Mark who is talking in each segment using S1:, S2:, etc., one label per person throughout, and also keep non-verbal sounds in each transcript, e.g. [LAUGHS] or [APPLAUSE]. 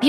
S1: 美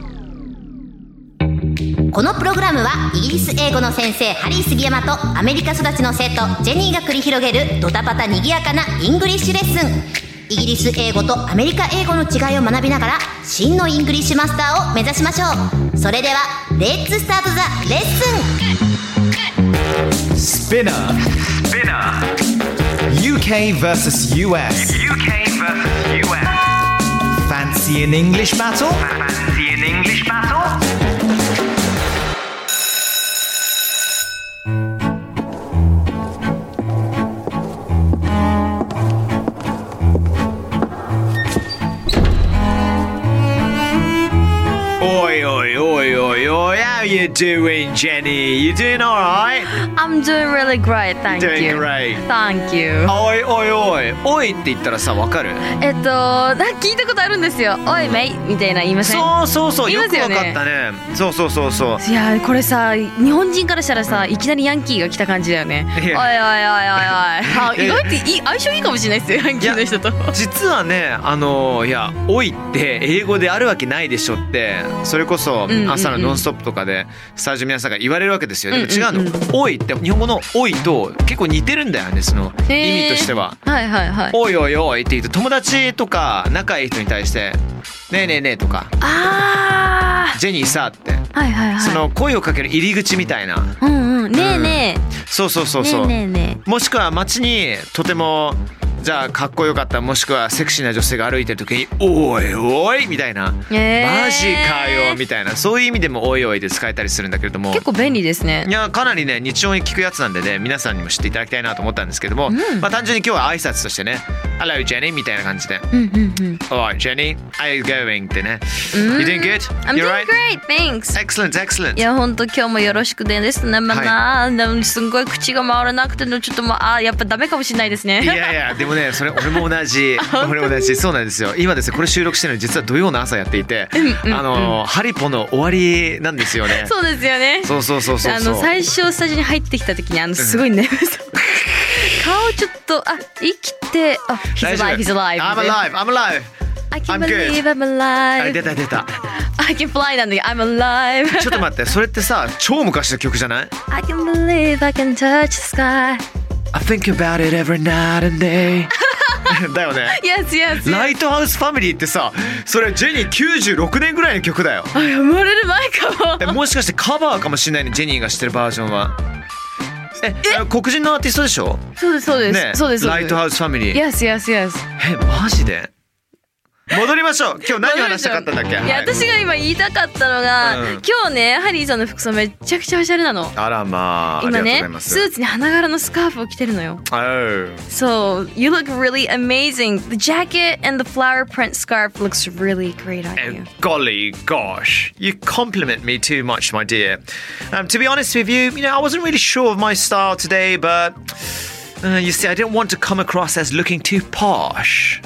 S2: このプログラムはイギリス英語の先生ハリー杉山とアメリカ育ちの生徒ジェニーが繰り広げるドタパタにぎやかなイングリッシュレッスンイギリス英語とアメリカ英語の違いを学びながら真のイングリッシュマスターを目指しましょうそれではレッツスタートザレッスン
S3: Spinner. UK versus US.
S4: UK versus US.
S3: Fancy an English battle?
S4: Fancy an English battle?
S3: Oi, oi, oi, oi, oi. How you doing, Jenny? You doing all right?
S5: I'm doing really great, thank
S3: Doing
S5: you.
S3: great.
S5: Thank you.
S3: おいおいおいおいって言ったらさわかる
S5: えっと、なんか聞いたことあるんですよ。おい、メイみたいな言いません。
S3: そうそうそう
S5: 言
S3: よ
S5: い
S3: く
S5: ま
S3: わ
S5: すよね
S3: かったねそうそうそうそう
S5: いやーこれさ日本人からしたらさいきなりヤンキーが来た感じだよね。
S3: [LAUGHS]
S5: おいおいおいおいおい。あ意外っていい相性いいかもしれないですよヤンキーの人と。
S3: 実はねあのいや「おい」って英語であるわけないでしょってそれこそ
S5: んうんうん
S3: 朝の「ノンストップ!」とかでスタジオの皆さんが言われるわけですよでも
S5: うんうん
S3: 違
S5: う
S3: うんの「おい」って日本語の「おい」と結構似てるんだよねその
S5: へー
S3: 意味としては。
S5: はいはいはい。
S3: おいおいおいって言うと友達とか仲いい人に対して「ねえねえねえ」とか
S5: あ
S3: 「ジェニーさ」って
S5: あはいはいはい。
S3: その声をかける入り口みたいな
S5: うんうんねえね
S3: そうそうそ
S5: え
S3: う
S5: ね
S3: そ
S5: え
S3: う
S5: ねえね
S3: もしくは街にとてもじゃあかっこよかったもしくはセクシーな女性が歩いてる時に「おいおい」みたいな「
S5: え。えー
S3: マジかよ」みたいなそういう意味でも「おいおい」で使えたりするんだけれども
S5: 結構便利ですね
S3: い。やかなりね日常に聞くやつなんでね皆さんにも知っていただきたいなと思ったんですけども、まあ単純に今日は挨拶としてね「Hello Jenny」みたいな感じで
S5: うんうんうん。
S3: 「Alright Jenny how you going?」ってね「You doing good?
S5: I'm
S3: You
S5: doing
S3: right?
S5: great, thanks.
S3: Excellent excellent
S5: い [LAUGHS] や本当今日もよろしくですね。まあ、
S3: はい
S5: なあでもすんごい口が回らなくてのちょっともうあーやっぱダメかもしれないですね。
S3: いやいやでもねそれ俺も同
S5: [LAUGHS]
S3: じ俺も同じそうなんですよ今ですねこれ収録してるの実は土曜の朝やっていて、あのーハリポの終わりなんですよね
S5: そうですよね。
S3: そうそうそうそう
S5: あ
S3: そう
S5: の最初スタジオに入ってきた時にあのすごい眠そう。顔ちょっとあ生きてあ he's
S3: 大丈夫
S5: alive he's alive
S3: I'm alive I'm alive
S5: I can
S3: I'm good
S5: believe I'm
S3: あれ出
S5: alive
S3: た出た
S5: I can fly なんだけど I'm alive
S3: ちょっと待ってそれってさ超昔の曲じゃない
S5: I can believe I can touch the sky
S3: I think about it every night and day [LAUGHS] だよね
S5: yes yes, yes.
S3: ライトハウスファミリーってさそれジェニー96年ぐらいの曲だよ
S5: あ生まれる前かも
S3: えもしかしてカバーかもしれないねジェニーがしてるバージョンはええ黒人のアーティストでしょ
S5: そうですそうです、
S3: ね
S5: そうですそう
S3: ラ
S5: で
S3: イ
S5: す
S3: トハウスファミリー
S5: Yes yes yes
S3: えマジで戻りましょう今日何を話したかったんだっけ
S5: いや
S3: はい
S5: 私が今言いたかったのが、
S3: うん
S5: 今日ねハリーさんの服装めっちゃくちゃおしゃれなの
S3: あらまあありがと
S5: 今
S3: うござ
S5: ね
S3: います
S5: スーツに花柄のスカーフを着てるのよ
S3: おう
S5: So you look really amazing The jacket and the flower print scarf looks really great on you
S3: Oh, golly gosh, you compliment me too much, my dear. Um, to be honest with you, you know, I wasn't really sure of my style today, but uh, you see, I didn't want to come across as looking too posh.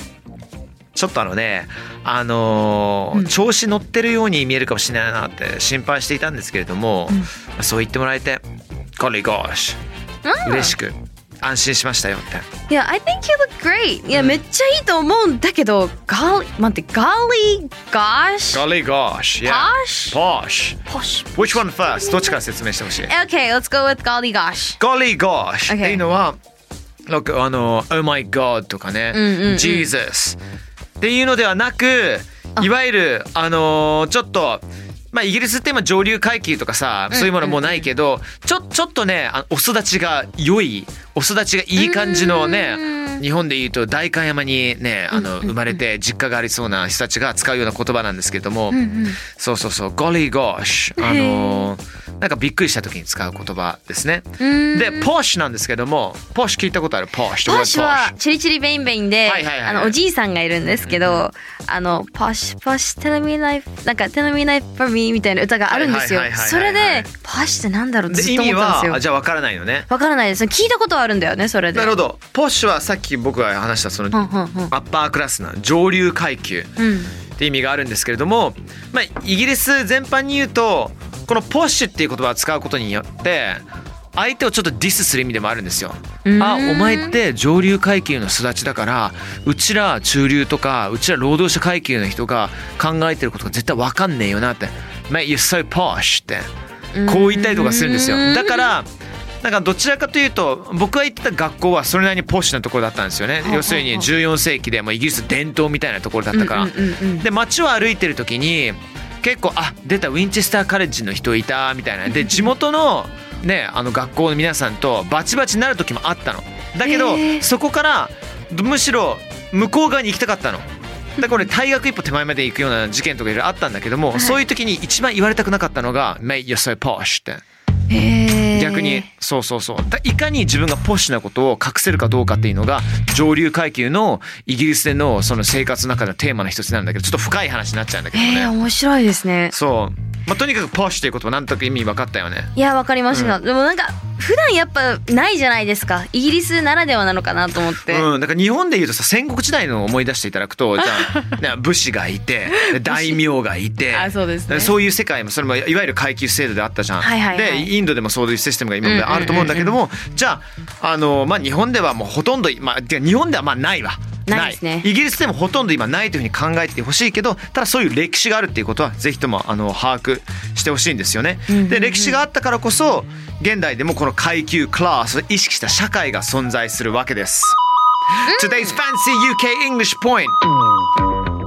S3: ちょっとあのね、あのー調子乗ってるように見えるかもしれないなって心配していたんですけれども、そう言ってもらえて、golly gosh、嬉しく安心しましたよって。
S5: Yeah I think you look great いや、めっちゃいいと思うんだけど Golly 待って Golly gosh
S3: golly gosh, yeah.
S5: Posh?
S3: Posh.
S5: Posh
S3: Which one first? どっちから説明してほしい
S5: Okay let's go with golly gosh
S3: Golly gosh っ
S5: Okay.
S3: ていうのは、like あの、Oh my God とかね、
S5: んうんうん
S3: Jesus っていうのではなく、いわゆる、あのーちょっと、まあ、イギリスって今上流階級とかさそういうものもうないけど、ちょちょっとねあのお育ちが良いお育ちがいい感じのね
S5: う
S3: 日本でいうと代官山にねあの生まれて実家がありそうな人たちが使うような言葉なんですけれども、そうそうそう「ゴリゴッシュ」あのーなんかびっくりした時に使う言葉ですね。で「ポッシュ」なんですけども「ポッシュ」聞いたことある「ポッシュ」
S5: パッシュはチリチリベインベインで、
S3: はいはいはいはい
S5: あのおじいさんがいるんですけど、あのパッシュパッシュテレミナイフなんかテレミナイフフォミーみたいな歌があるんですよ
S3: はいはいはい
S5: そ
S3: はいは
S5: れ
S3: いはい
S5: でパッシュってなんだろうってず
S3: で
S5: っ
S3: 意
S5: と思っ
S3: 味
S5: たんです
S3: は
S5: よ
S3: あじゃあわからないのね。
S5: わからないです聞いたことはあるんだよねそれで
S3: なるほど「ポッシュ」はさっき僕が話したその
S5: うんう
S3: ア
S5: んうん
S3: ッパークラスな上流階級。
S5: うん
S3: って意味があるんですけれども、まあ、イギリス全般に言うとこの「ポッシュ」っていう言葉を使うことによって相手をちょっとディスする意味でもあるんですよ。あお前って上流階級の育ちだからうちら中流とかうちら労働者階級の人が考えてることが絶対わかんねえよなって「Mate, you're so posh」ってこう言ったりとかするんですよ。だからなんかどちらかというと僕が行ってた学校はそれなりにポッシュなところだったんですよね要するに14世紀でもうイギリス伝統みたいなところだったから、
S5: うんうんうんうん
S3: で街を歩いてる時に結構あ出たウィンチェスターカレッジの人いたみたいな
S5: [LAUGHS]
S3: で地元の,、ね、あの学校の皆さんとバチバチになる時もあったのだけど、
S5: へー
S3: そこからむしろ向こう側に行きたかったのだ
S5: [LAUGHS]
S3: から俺大学一歩手前まで行くような事件とかいろいろあったんだけども、そういう時に一番言われたくなかったのが「Mate, you're so posh」って。
S5: へー
S3: 逆にそうそうそうだいかに自分がポッシュなことを隠せるかどうかっていうのが上流階級のイギリスでのその生活の中のテーマの一つなんだけどちょっと深い話になっちゃうんだけど
S5: へえ
S3: ね
S5: 面白いですね
S3: そう、まあ、とにかくポッシュということはなんとなく意味分かったよね
S5: いやわかりました、でもなんか普段やっぱないじゃないですかイギリスならではなのかなと思って、
S3: うん、だから日本でいうとさ戦国時代のを思い出していただく
S5: [LAUGHS]
S3: とじゃあね武士がいてで大名がいて
S5: あそうですね
S3: そういう世界もそれもいわゆる階級制度であったじゃん、
S5: はいはいはい
S3: でインドでもそういうシステムが今まであると思うんだけども、じゃああの、まあ、日本ではもうほとんど、まあ、てか日本ではまあないわ。
S5: ないですね
S3: イギリスでもほとんど今ないというふうに考えてほしいけどただそういう歴史があるっていうことはぜひともあの把握してほしいんですよね。で歴史があったからこそ現代でもこの階級クラスを意識した社会が存在するわけです。Today's Fancy UK English Point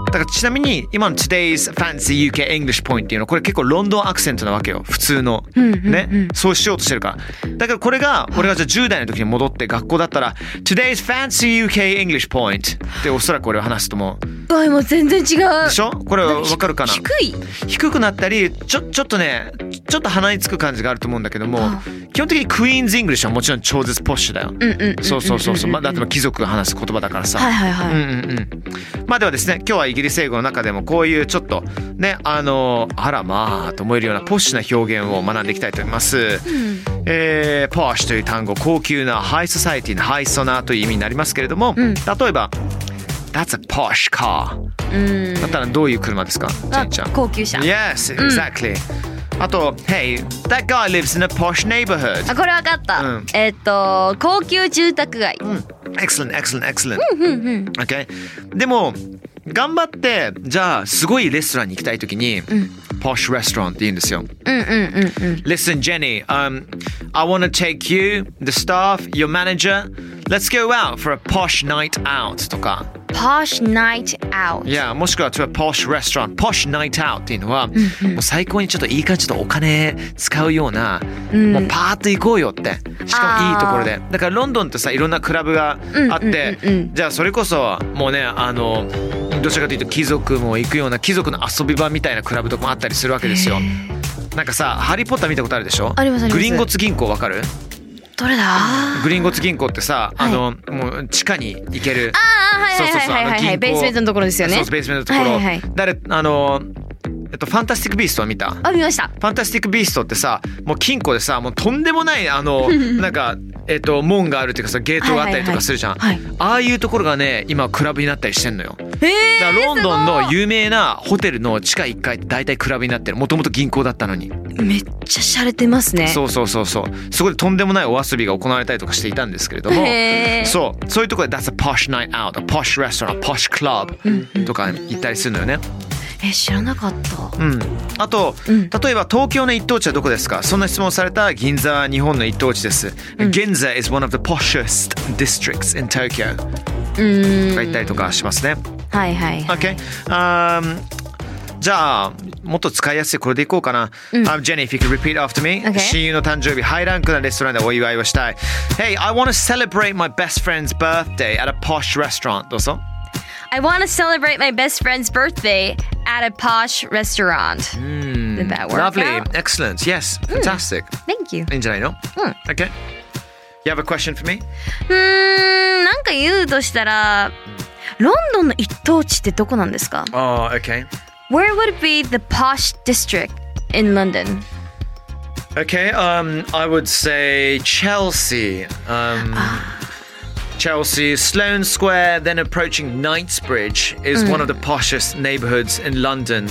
S3: だからちなみに今の Today's Fancy UK English Point っていうのはこれ結構ロンドンアクセントなわけよ普通の、ねそうしようとしてるからだからこれが俺がじゃあ10代の時に戻って学校だったら Today's Fancy UK English Point っておそらく俺は話すと思う
S5: うわ今全然違う
S3: でしょこれわかるかな
S5: 低い
S3: 低くなったりちょちょっとねちょっと鼻につく感じがあると思うんだけども基本的にクイーンズ・イングリッシュはもちろん超絶ポッシュだよ、そうそうそうそうまあだって貴族が話す言葉だからさ、
S5: はいはいはい、
S3: うんうんうんまあではですね今日はイギリス英語の中でもこういうちょっとねあのあらまあと思えるようなポッシュな表現を学んでいきたいと思います、えーポッシュという単語高級なハイソサイティのハイソナーという意味になりますけれども、例えば That's a posh car
S5: うん
S3: だったらどういう車ですかち
S5: あ
S3: んちゃん
S5: 高級車
S3: Yes, exactly、あと Hey, that guy lives in a posh neighborhood
S5: あこれわかった、
S3: うん
S5: えーっと高級住宅街、
S3: Mm. excellent excellent excellent
S5: Mm, hmm,
S3: okay でも頑張ってじゃあすごいレストランに行きたい時に、posh restaurant って言うんですよ
S5: うんうんうんうん
S3: Listen Jenny um, I want to take you the staff your manager let's go out for a posh night out とか
S5: Posh night out
S3: いやもしくは to a posh restaurant posh night out っていうのは、もう最高にちょっといい感じのお金使うような、もうパーッと行こうよってしかもいいところでだからロンドンってさいろんなクラブがあって、じゃあそれこそもうねあのどちらかというと貴族も行くような貴族の遊び場みたいなクラブとかもあったりするわけですよ。なんかさ「ハリー・ポッター」見たことあるでしょ
S5: ありますあります
S3: グリンゴッツ銀行わかる
S5: どれだあ
S3: グリンゴッツ銀行ってさ、あのもう地下に行ける
S5: あはいはいはいはいはい
S3: 銀行
S5: はいベースメントのところですよ
S3: そ
S5: ね
S3: うベースメントのところ、
S5: はいはいはい
S3: 誰あのえっとファンタスティックビーストは見たフ
S5: あ見ました
S3: ァンタスティックビーストってさもう金庫でさもうとんでもないあ
S5: [LAUGHS]
S3: のなんかえっと門があるっていうかさゲートがあったりとかするじゃん、
S5: はいはい
S3: ああいうところがね今クラブになったりしてんのよ
S5: え
S3: だから
S5: ー、
S3: ロンドンの有名なホテルの地下1階って大体クラブになってるもともと銀行だったのに
S5: めっちゃ洒落てますね
S3: そうそうそうそうそこでとんでもないお遊びが行われたりとかしていたんですけれども
S5: へー
S3: そうそういうところで「That's a posh night out」「posh restaurant」「posh club」とか行ったりするのよね
S5: え知らなかった
S3: うん、あと、
S5: ん
S3: 例えば東京の一等地はどこですかそんな質問されたら銀座は日本の一等地です、銀座 is one of the poshest districts in Tokyo とか言ったりとかしますね
S5: はいはいはい
S3: OK、um, じゃあ、もっと使いやすいこれでいこうかな。Um, Jenny, if you could repeat after me.
S5: Okay.
S3: 親友の誕生日、ハイランクなレストランでお祝いをしたい。Hey, I want to celebrate my best friend's birthday at a posh restaurant. どうぞ。
S5: I want to celebrate my best friend's birthday at a posh restaurant. Did that work?
S3: Lovely.
S5: out? Mm。
S3: Excellent. Yes. Fantastic.
S5: Thank you.
S3: いいんじゃないの ?Okay. You have a question for me?
S5: うーん、なんか言うとしたら、ロンドンの一等地ってどこなんですか
S3: Oh, okay.
S5: Where would be the posh district in London?
S3: Okay, um, I would say Chelsea. Um, Chelsea, Sloane Square, then approaching Knightsbridge is one of the poshest neighborhoods in London.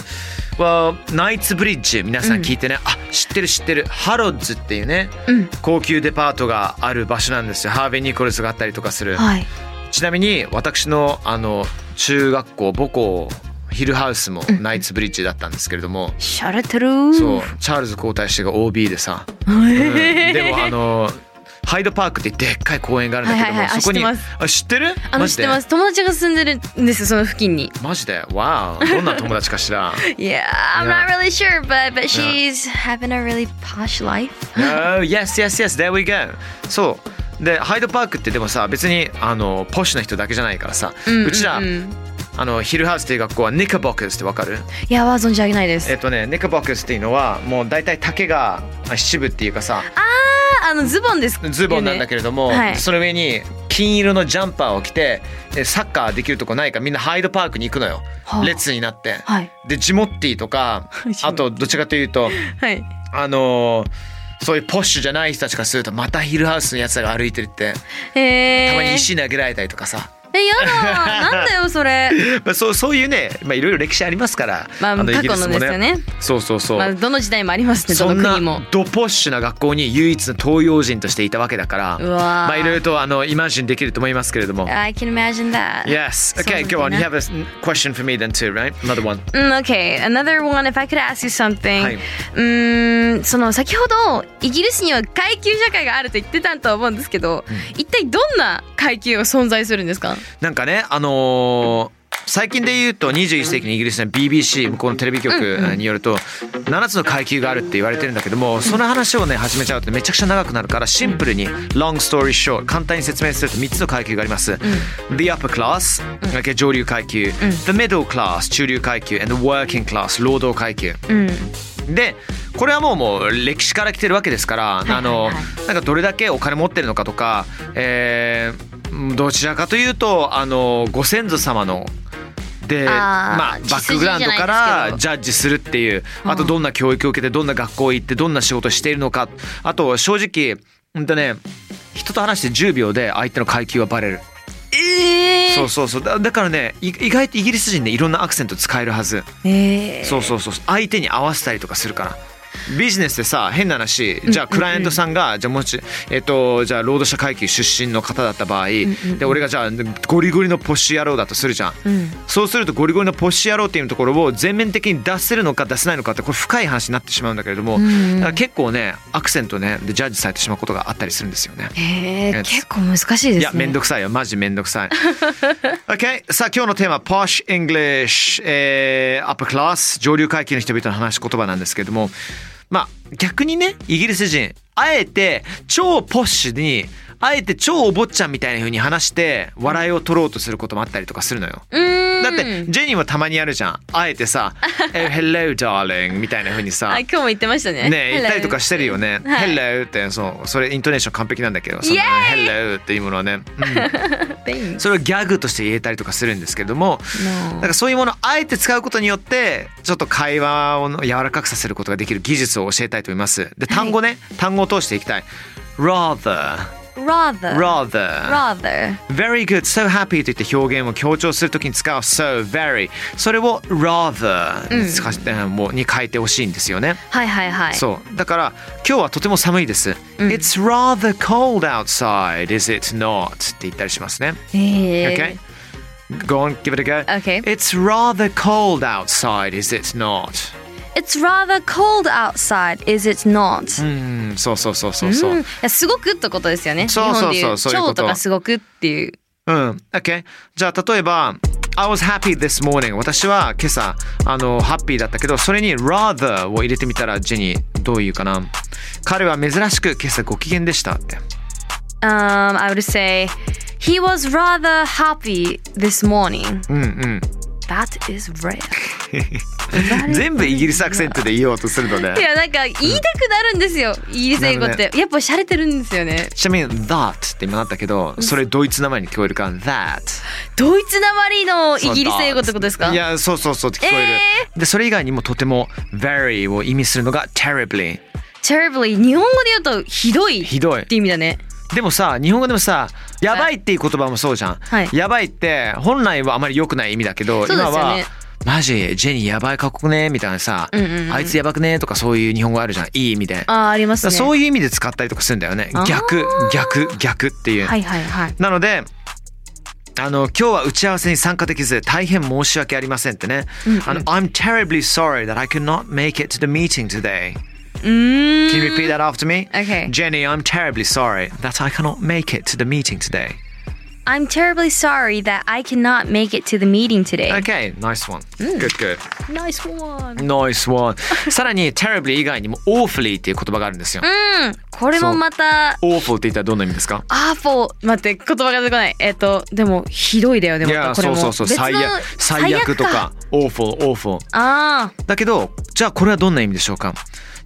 S3: Well, Knightsbridge, 皆さん聞いてね、あ知ってる知ってる、ハロッズっていうね、高級デパートがある場所なんですよ。ハーベイ・ニコルスがあったりとかする。
S5: はい。
S3: ちなみに私のあの中学校母校ヒルハウスもナイツブリッジだったんですけれども、
S5: しゃれてる
S3: そうチャールズ皇太子が OB でさ、うんでもあのハイドパークってでっかい公園があるんだけども、
S5: はいはいはい
S3: そこに
S5: あ知って
S3: あ知ってる
S5: あ
S3: マ
S5: の、知っ
S3: ジ
S5: て
S3: で
S5: ます。友達が住んでるんですよ、その付近に。
S3: マジでわあどんな友達かし
S5: [LAUGHS]
S3: ら
S5: Yeah, I'm
S3: Yeah.
S5: not really sure, but but she's having a really posh life.
S3: Oh, yes, yes, yes, there we go. そう。で、ハイドパークってでもさ、別にあのポッシュな人だけじゃないからさ、うちら、あのヒルハウスっていう学校はニカボックスってわかる
S5: いや、存じ上げないです。
S3: えっとね、ネカバックスっていうのはもう大体丈があ七分っていうかさ
S5: あのズボンです、
S3: ズボンなんだけれども、
S5: よねはい
S3: その上に金色のジャンパーを着てえサッカーできるとこないかみんなハイドパークに行くのよ、
S5: はあ
S3: 列になって、
S5: はい
S3: でジモッティとか
S5: [LAUGHS] ジモ
S3: あとどっちかというと
S5: はい
S3: あのーそういうポッシュじゃない人たちからするとまたヒルハウスのやつらが歩いてるって
S5: へえ
S3: たまに石投げられたりとかさ、
S5: えや
S3: [LAUGHS]
S5: だなんだよそれ
S3: まあ、そうそういうね、まあ、いろいろ歴史ありますから、
S5: まあ
S3: のイギリスも
S5: 過去のですよね
S3: そうそうそう、
S5: まあどの時代もありますね
S3: そ
S5: ど
S3: ん
S5: の国
S3: な
S5: も
S3: ドポッシュな学校に唯一の東洋人としていたわけだから
S5: うわー
S3: まあいろいろとあのイマジンできると思いますけれども
S5: I can imagine that
S3: Yes.
S5: そうなん
S3: Okay,
S5: だ
S3: go on.
S5: な
S3: You have a s- question for me then too, right? Another one.
S5: Mm, okay, another one. If I could ask you something.
S3: はいう
S5: ーん、その先ほどイギリスには階級社会があると言ってたとは思うんですけど、一体どんな階級が存在するんですか？
S3: なんかね、あのー最近で言うと21世紀のイギリスの BBC 向こうのテレビ局によると7つの階級があるって言われてるんだけどもその話をね始めちゃうとめちゃくちゃ長くなるからシンプルに long story short 簡単に説明すると3つの階級があります、The upper class、okay 上流階級、The middle class 中流階級 and the working class 労働階級、でこれはもうもう歴史から来てるわけですからあのなんかどれだけお金持ってるのかとか、えーどちらかというとあのご先祖様ので
S5: あー
S3: まあ、バ
S5: 血
S3: ック
S5: 筋
S3: グ
S5: じ
S3: ラ
S5: ゃ
S3: ウン
S5: ない
S3: ド
S5: ですけ
S3: か
S5: ど
S3: らジャッジするっていうあとどんな教育を受けてどんな学校行ってどんな仕事しているのかあと正直うんとね人と話して10秒で相手の階級はバレる、
S5: え
S3: そうそうそうだだからねい意外とイギリス人ねいろんなアクセント使えるはず。
S5: えー
S3: そうそうそう相手に合わせたりとかするからビジネスでさ変な話じゃあクライアントさんが、じゃあもしえっとじゃあ労働者階級出身の方だった場合、で俺がじゃあゴリゴリのポッシュ野郎だとするじゃん、そうするとゴリゴリのポッシュ野郎っていうところを全面的に出せるのか出せないのかってこれ深い話になってしまうんだけれども、だから結構ねアクセントねでジャッジされてしまうことがあったりするんですよね。
S5: え
S3: や
S5: ー、
S3: つ
S5: 結構難しいですね。
S3: いや、めんどくさいよ。マジめんどく
S5: [LAUGHS]
S3: さい。OK。さあ、今日のテーマ、Posh English、えー、アップクラス、上流階級の人々の話し言葉なんですけれども、まあ、逆にね、イギリス人、あえて超ポッシュに、あえて超お坊ちゃんみたいな風に話して、笑いを取ろうとすることもあったりとかするのよ。
S5: うーん。
S3: だって、ジェニーもたまにやるじゃん。あえて
S5: [LAUGHS]
S3: さ、え Hello, darling みたいな風にさ
S5: あ、今日も言ってましたね。
S3: ね
S5: Hello
S3: 言ったりとかしてるよね。
S5: はい
S3: Hello ってそうそれイントネーション完璧なんだけど、そ
S5: イ
S3: の
S5: エ
S3: Hello っていうものはね、うん、それをギャグとして言えたりとかするんですけども、なんかそういうものをあえて使うことによってちょっと会話を柔らかくさせることができる技術を教えたいと思います。で単語ね、単語を通していきたい。Rather,
S5: Rather.
S3: rather,
S5: Rather.
S3: Very good, so happy といって表現を強調するときに使う so very それを rather に使って、もうに変えてほしいんですよね。
S5: はいはいはい。
S3: そうだから今日はとても寒いです。It's rather cold outside, is it not? って言ったりしますね。
S5: え
S3: Okay? Go on, give it a go.
S5: Okay.
S3: It's rather cold outside, is it not?
S5: ー、It's rather cold outside, is it not?
S3: うん、そうそうそうそうそう。
S5: うんいやすごくってことですよね。
S3: そうそうそう
S5: 日本でいう
S3: そういうこと
S5: 超とかすごくっていう。
S3: うん、OK。じゃあ、例えば、 I was happy this morning 私は今朝あのハッピーだったけどそれに rather を入れてみたらジェニーどう言うかな彼は珍しく今朝ご機嫌でしたって
S5: Um, I would say he was rather happy this morning.
S3: うんうん
S5: That is
S3: [LAUGHS]
S5: rare.
S3: 全部イギリスアクセントで言おうとするので
S5: いやなんか言いたくなるんですよ。イギリス英語っ
S3: なる
S5: て、やっぱ洒落てるんですよね。
S3: ちなみに that って今なったけどそれドイツなまりに聞こえるから that
S5: ドイツなまりのイギリス英語ってことですか？
S3: いやそうそうそうって聞こえる、でそれ以外にもとても very を意味するのが terribly
S5: terribly 日本語で言うとひどい
S3: ひどい
S5: って意味だね。
S3: でもさ日本語でもさ「やばい」っていう言葉もそうじゃん、
S5: はい
S3: やばいって本来はあまり良くない意味だけど、
S5: そうです
S3: 今
S5: よね
S3: は「マジジェニーやばいかっこね」みたいなさ、
S5: うんうんうん
S3: あいつやばくね」とかそういう日本語あるじゃんいい意味で、
S5: ああありますね。
S3: そういう意味で使ったりとかするんだよね
S5: あー
S3: 逆逆逆っていう、
S5: はいはいはい。
S3: なのであの今日は打ち合わせに参加できず大変申し訳ありませんってね、あの I'm terribly sorry that I could not make it to the meeting today
S5: うーん。
S3: Can you repeat that after me?
S5: Okay.
S3: Jenny, I'm terribly sorry that I cannot make it to the meeting today.
S5: I'm terribly sorry that I cannot make it to the meeting today.
S3: Okay, nice one. Good, good.
S5: Nice one.
S3: Nice one.
S5: [LAUGHS]
S3: さらに terribly 以外にも awfully っていう言葉があるんですよ。
S5: うん。これもまた。
S3: awful って言ったらどんな意味ですか
S5: アーフォー待って言葉が出てこないえっ、とでもひどいだよね
S3: い
S5: また
S3: や、
S5: これ
S3: そ
S5: も
S3: うそうそう、
S5: 別の
S3: 最悪、最悪とか、awful, awful。
S5: ああ
S3: だけど、じゃあこれはどんな意味でしょうか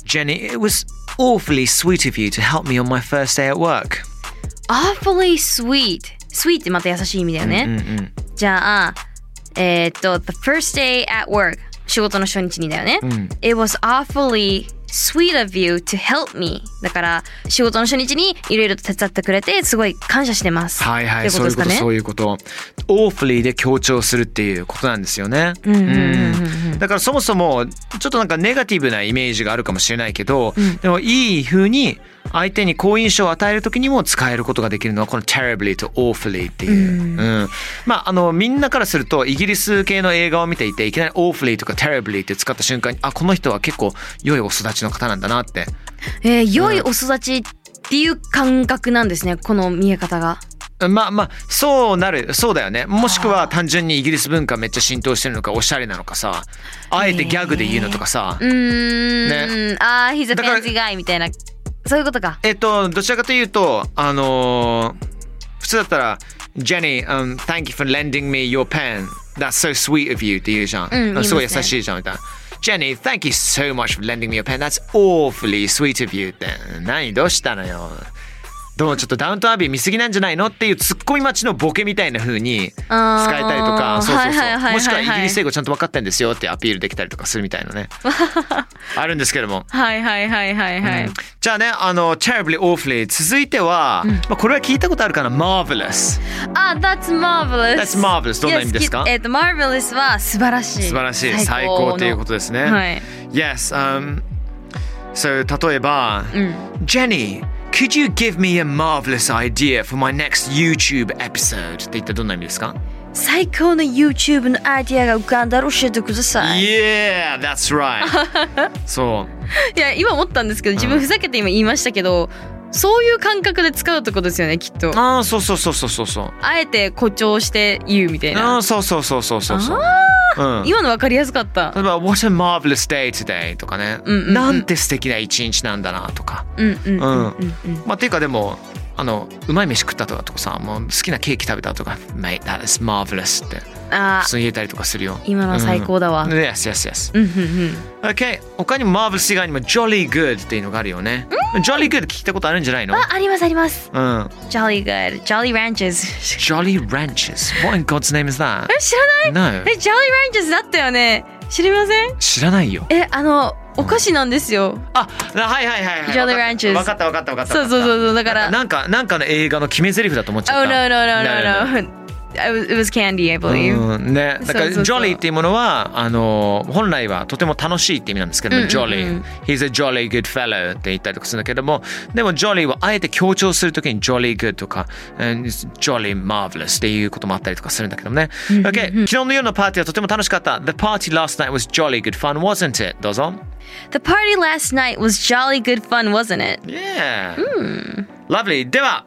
S3: ?Jenny, it was awfully sweet of you to help me on my first day at work.
S5: awfully sweet sweet ってまた優しい意味だよね、
S3: うんうん。
S5: じゃあえっ、と the first day at work 仕事の初日にだよね、it was awfully sweet of you to help me だから仕事の初日にいろいろと手伝ってくれてすごい感謝してます
S3: はいはい、
S5: って
S3: そ
S5: こ
S3: う
S5: と
S3: いうこ
S5: ですか
S3: と、
S5: ね
S3: そういうこと。awfully で強調するっていうことなんですよね。うん
S5: うんうん
S3: だからそもそも、ちょっとなんかネガティブなイメージがあるかもしれないけど、でもいい風に相手に好印象を与える時にも使えることができるのはこの terribly と awfully っていう。うんまあ、あの、みんなからするとイギリス系の映画を見ていて、いきなり awfully とか terribly って使った瞬間に、あ、この人は結構良いお育ちの方なんだなって。
S5: えー良いお育ちっていう感覚なんですねこの見え方が
S3: まあまあそうなるそうだよねもしくは単純にイギリス文化めっちゃ浸透してるのかおしゃれなのかさあえてギャグで言うのとかさ、
S5: うーん、ああ、he's a
S3: だから
S5: fancy guy みたいな、そういうことか。
S3: えっとどちらかというとあのー普通だったら「Jenny、um, thank you for lending me your pen that's so sweet of you」って言うじゃん、
S5: うん
S3: あすごい
S5: 言いますね
S3: 優しいじゃんみたいな。Jenny, thank you so much for lending me your pen. That's awfully sweet of you. って何どうしたのよ。どうもちょっとダウントアビー見すぎなんじゃないのっていうツッコミ待ちのボケみたいな風に
S5: あー
S3: 使えたりとか、そうそう
S5: はいはいはいはい
S3: そ
S5: は
S3: う。
S5: い
S3: もしくはイギリス英語ちゃんと分かってんですよってアピールできたりとかするみたいな
S5: [LAUGHS]
S3: ね。あるんですけども。
S5: はいはいはいはいはい。
S3: じゃあね、あの、terribly awfully 続いては、まあこれは聞いたことあるかな marvelous
S5: あ、that's marvelous。
S3: That's marvelous どんな意味ですか
S5: Yes, えっと、marvelous は素晴らしい。
S3: 素晴らしい最高ということ
S5: で
S3: ですね。
S5: はい。
S3: Yes, um, so 例えば、Jenny, could you give me a marvelous idea for my next YouTube episode? って言ったらどんな意味ですか
S5: 最高の YouTube のアイディアが浮かんだら教えてください。
S3: Yeah, that's right.
S5: [LAUGHS]
S3: そう。
S5: いや、今思ったんですけど、自分ふざけて今言いましたけど、そういう感覚で使うってことですよね、きっと。
S3: ああ、そうそうそうそうそうそう。
S5: あえて誇張して言うみたい
S3: あ
S5: な。
S3: あ、そうそうそうそうそうそう。うん。
S5: 今の分かりやすかった
S3: 例。えば、What a marvelous day today とかね、
S5: うんうんうん
S3: なんて素敵な一日なんだなとか。
S5: うんうんうんうんうん。
S3: まあ、ていうかでも、あの、うまい飯食ったとかとかさ、もう好きなケーキ食べたとか、Mate, that is marvelous って、
S5: あ
S3: 普通に言えたりとかするよ。
S5: 今の最高だわ
S3: うん yes, yes, yes.
S5: うんうんうん。
S3: OK、他にも marvelous 以外にも jolly good っていうのがあるよね。jolly good 聞いたことあるんじゃないの
S5: あ、ありますあります。
S3: うん。
S5: Jolly good. Jolly ranches.
S3: Jolly Ranches. What in God's name is that?
S5: え [LAUGHS] 知らない
S3: No.
S5: え、Jolly ranches だったよね。知りません
S3: 知らないよ。
S5: え、あの、お菓子なんですよ。
S3: あ、はいはいはいはい。
S5: Jolly Ranches
S3: わかったわかったわかった
S5: そう
S3: わかった。
S5: そうそうそう、だから。
S3: なんか、なんかの映画の決め台詞だと思っち
S5: Oh
S3: ゃっ
S5: no
S3: た。
S5: no no no no. I was- It was candy, I believe.
S3: うん、ね、だから
S5: そうそうそう
S3: jolly っていうものはあの本来はとても楽しいって意味なんですけども、
S5: うんうんうん
S3: jolly he's a jolly good fellow って言ったりとかするんだけどもでも jolly はあえて強調するときに jolly good とか and it's jolly marvelous っていうこともあったりとかするんだけどもね、okay 昨日の夜のパーティーはとても楽しかった the party last night was jolly good fun wasn't it どうぞ
S5: The party last night was jolly good fun, wasn't it?
S3: yeah、lovely では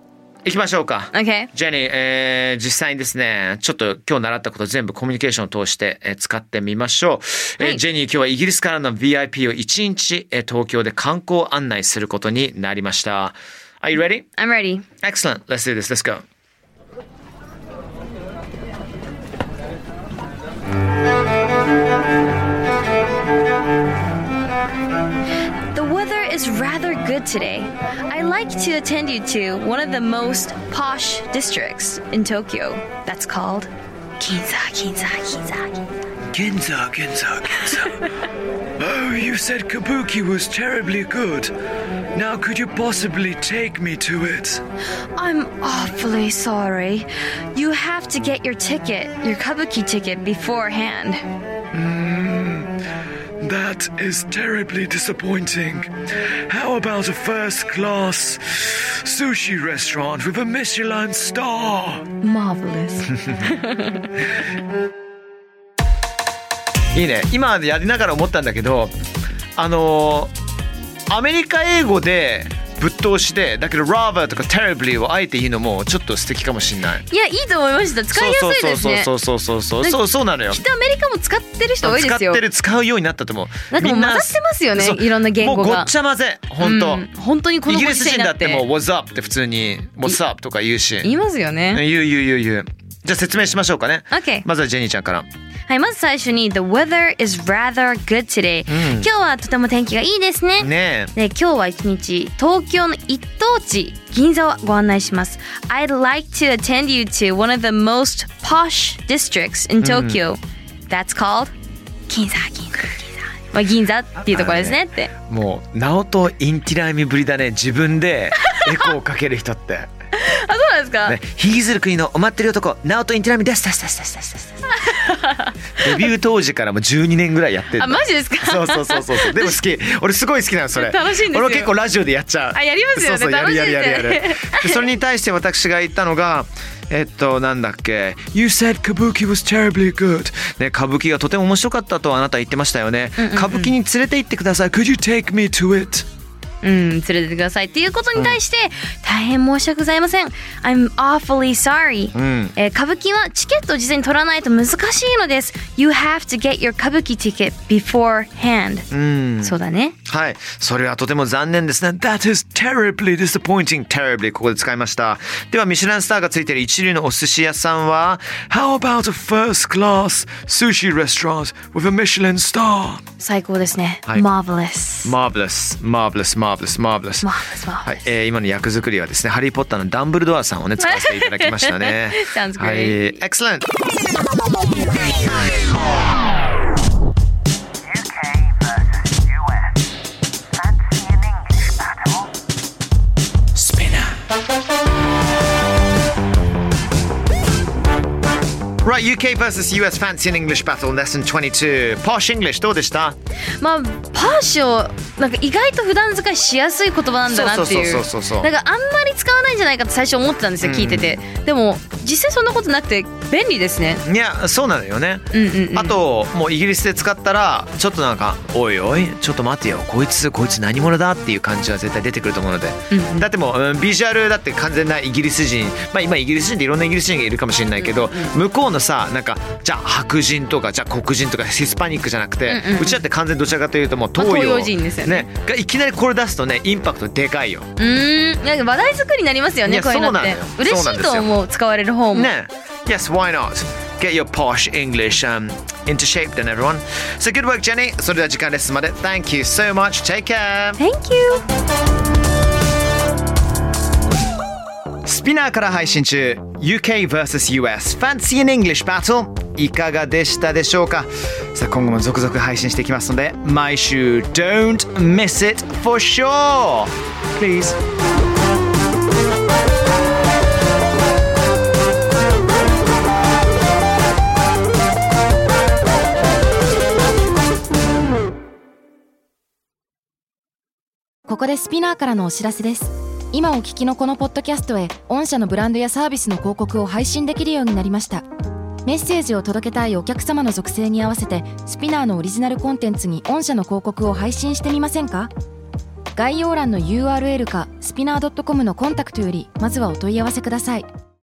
S3: 行きましょうか。
S5: Okay.
S3: ジェニー、えー実際にですね、ちょっと今日習ったこと全部コミュニケーションを通して、えー使ってみましょう、えー
S5: はい
S3: ジェニー、今日はイギリスからの VIP を1日、えー東京で観光案内することになりました。Are you ready?
S5: I'm ready.
S3: Excellent. Let's do this. Let's go.
S5: The weather is rather good today. I like to attend you to one of the most posh districts in Tokyo. That's called Ginza, Ginza, Ginza.
S3: Ginza, Ginza, Ginza. oh, you said Kabuki was terribly good. Now, could you possibly take me to it?
S5: I'm awfully sorry. You have to get your ticket, your kabuki ticket, beforehand.
S3: That is terribly disappointing. How about a first class sushi restaurant with a Michelin star?
S5: Marvelous.
S3: いいね。今やりながら思ったんだけど、あのーアメリカ英語でぶっ通しで、だけど rather とか terribly をあえて言うのもちょっと素敵かもしれない。
S5: いや、いいと思いました。使いやすいですね。
S3: そうそうそうそうそうそう
S5: ね
S3: そうそうなのよ。
S5: きっとアメリカも使ってる人多いです
S3: 使
S5: よ。
S3: ってる使うようになったと思う。
S5: なんかもう混ざってますよね
S3: そう
S5: いろんな言語が
S3: もうごっちゃ混ぜ。本当。
S5: うん本当にこ
S3: イ
S5: の
S3: ギ
S5: ご
S3: リ
S5: 時
S3: ス
S5: 世に
S3: 人
S5: な
S3: だっ
S5: ってて
S3: もう What's up って普通に What's up とか言うし。
S5: 言いますよね。
S3: 言う言う言う言う。じゃあ説明しましょうかね。
S5: OK
S3: まずはジェニーちゃんから。
S5: はい、まず最初に The weather is rather good today、今日はとても天気がいいですね。
S3: ね
S5: で今日は一日東京の一等地銀座をご案内します。I'd like to attend you to one of the most posh districts in Tokyo.、That's called 銀座銀座銀座。まあ銀座っていうところですねって。
S3: え、もうナオトインティライミぶりだね。自分でエコーをかける人って。ね、
S5: [LAUGHS] あそうなんですか。
S3: ヒギズル国のお待ってる男ナオトインティライミですですですですですです。デビュー当時からもう12年ぐらいやってるの
S5: あマジですか。
S3: そうそうそうそうそう。でも好き。俺すごい好きなのそれ。
S5: [LAUGHS] 楽しいんですよ
S3: 俺は結構ラジオでやっちゃう。
S5: あやりますよね
S3: そうそうや
S5: 楽
S3: る
S5: しい
S3: や
S5: です
S3: る
S5: よ
S3: や
S5: ね
S3: るやる。でそれに対して私が言ったのが。えっと、なんだっけ You said Kabuki was terribly good ね、歌舞伎がとても面白かったとあなた言ってましたよね、歌舞伎に連れて行ってください Could you take me to it?
S5: うん、連れてってくださいっていうことに対して、大変申し訳ございません。I'm awfully sorry、
S3: ん
S5: えー歌舞伎はチケットを事前に取らないと難しいのです。You have to get your 歌舞伎 ticket beforehand、そうだね。
S3: はい。それはとても残念ですね。That is terribly disappointing. terribly ここで使いました。では、ミシュランスターがついている一流のお寿司屋さんは、How about a first class sushi restaurant with a Michelin star?
S5: 最高ですね。
S3: はい
S5: Marvelous。
S3: Marvelous, marvelous, marvelous, marvelous.
S5: Marvelous,
S3: はい
S5: marvelous.。
S3: えー今の役作りはですね、ハリー・ポッターのダンブルドアさんをね、使わせていただきましたね
S5: Sounds [LAUGHS] great.
S3: はい、excellent!
S4: UK versus US. Fancy an English battle?
S3: Right, UK vs. US Fancy and English Battle Lesson 22. Posh English どうでした
S5: まあパーシをなんか意外と普段使いしやすい言葉なんだなっていう
S3: そ
S5: な
S3: うそうそうそうそうそうん
S5: かあんまり使わないんじゃないかって最初思ってたんですよ聞いてて、でも実際そんなことなくて便利ですね
S3: いやそうなのよね、
S5: んうんうん
S3: あともうイギリスで使ったらちょっとなんか「おいおいちょっと待てよこいつこいつ何者だ?」っていう感じは絶対出てくると思うので、だってもう、うんビジュアルだって完全なイギリス人まあ今イギリス人っていろんなイギリス人がいるかもしれないけど、向こうのさなんかじゃあ白人とかじゃあ黒人とかヒスパニックじゃなくて、うちだって完全どちらかというともう東洋,、
S5: まあ東洋人ですよね
S3: がいきなりこれ出すとねインパクトでかいよ。
S5: うーんなんか話題作りになりますよ
S3: い
S5: ね
S3: や
S5: こういうのっ
S3: そう
S5: て
S3: なのよ
S5: 嬉しいと思う使われる方
S3: No.
S5: も、
S3: Yes, why not? Get your posh English um, into shape then, everyone. So good work, Jenny. それでは時間ですまで。Thank you so much. Take care.
S5: Thank you
S3: スピナーから配信中 UK vs.US Fancy in English Battle いかがでしたでしょうかさあ今後も続々配信していきますので毎週 Don't miss it for sure Please
S5: 概要欄の URL かスピナー .com のコンタクトよりまずはお問い合わせください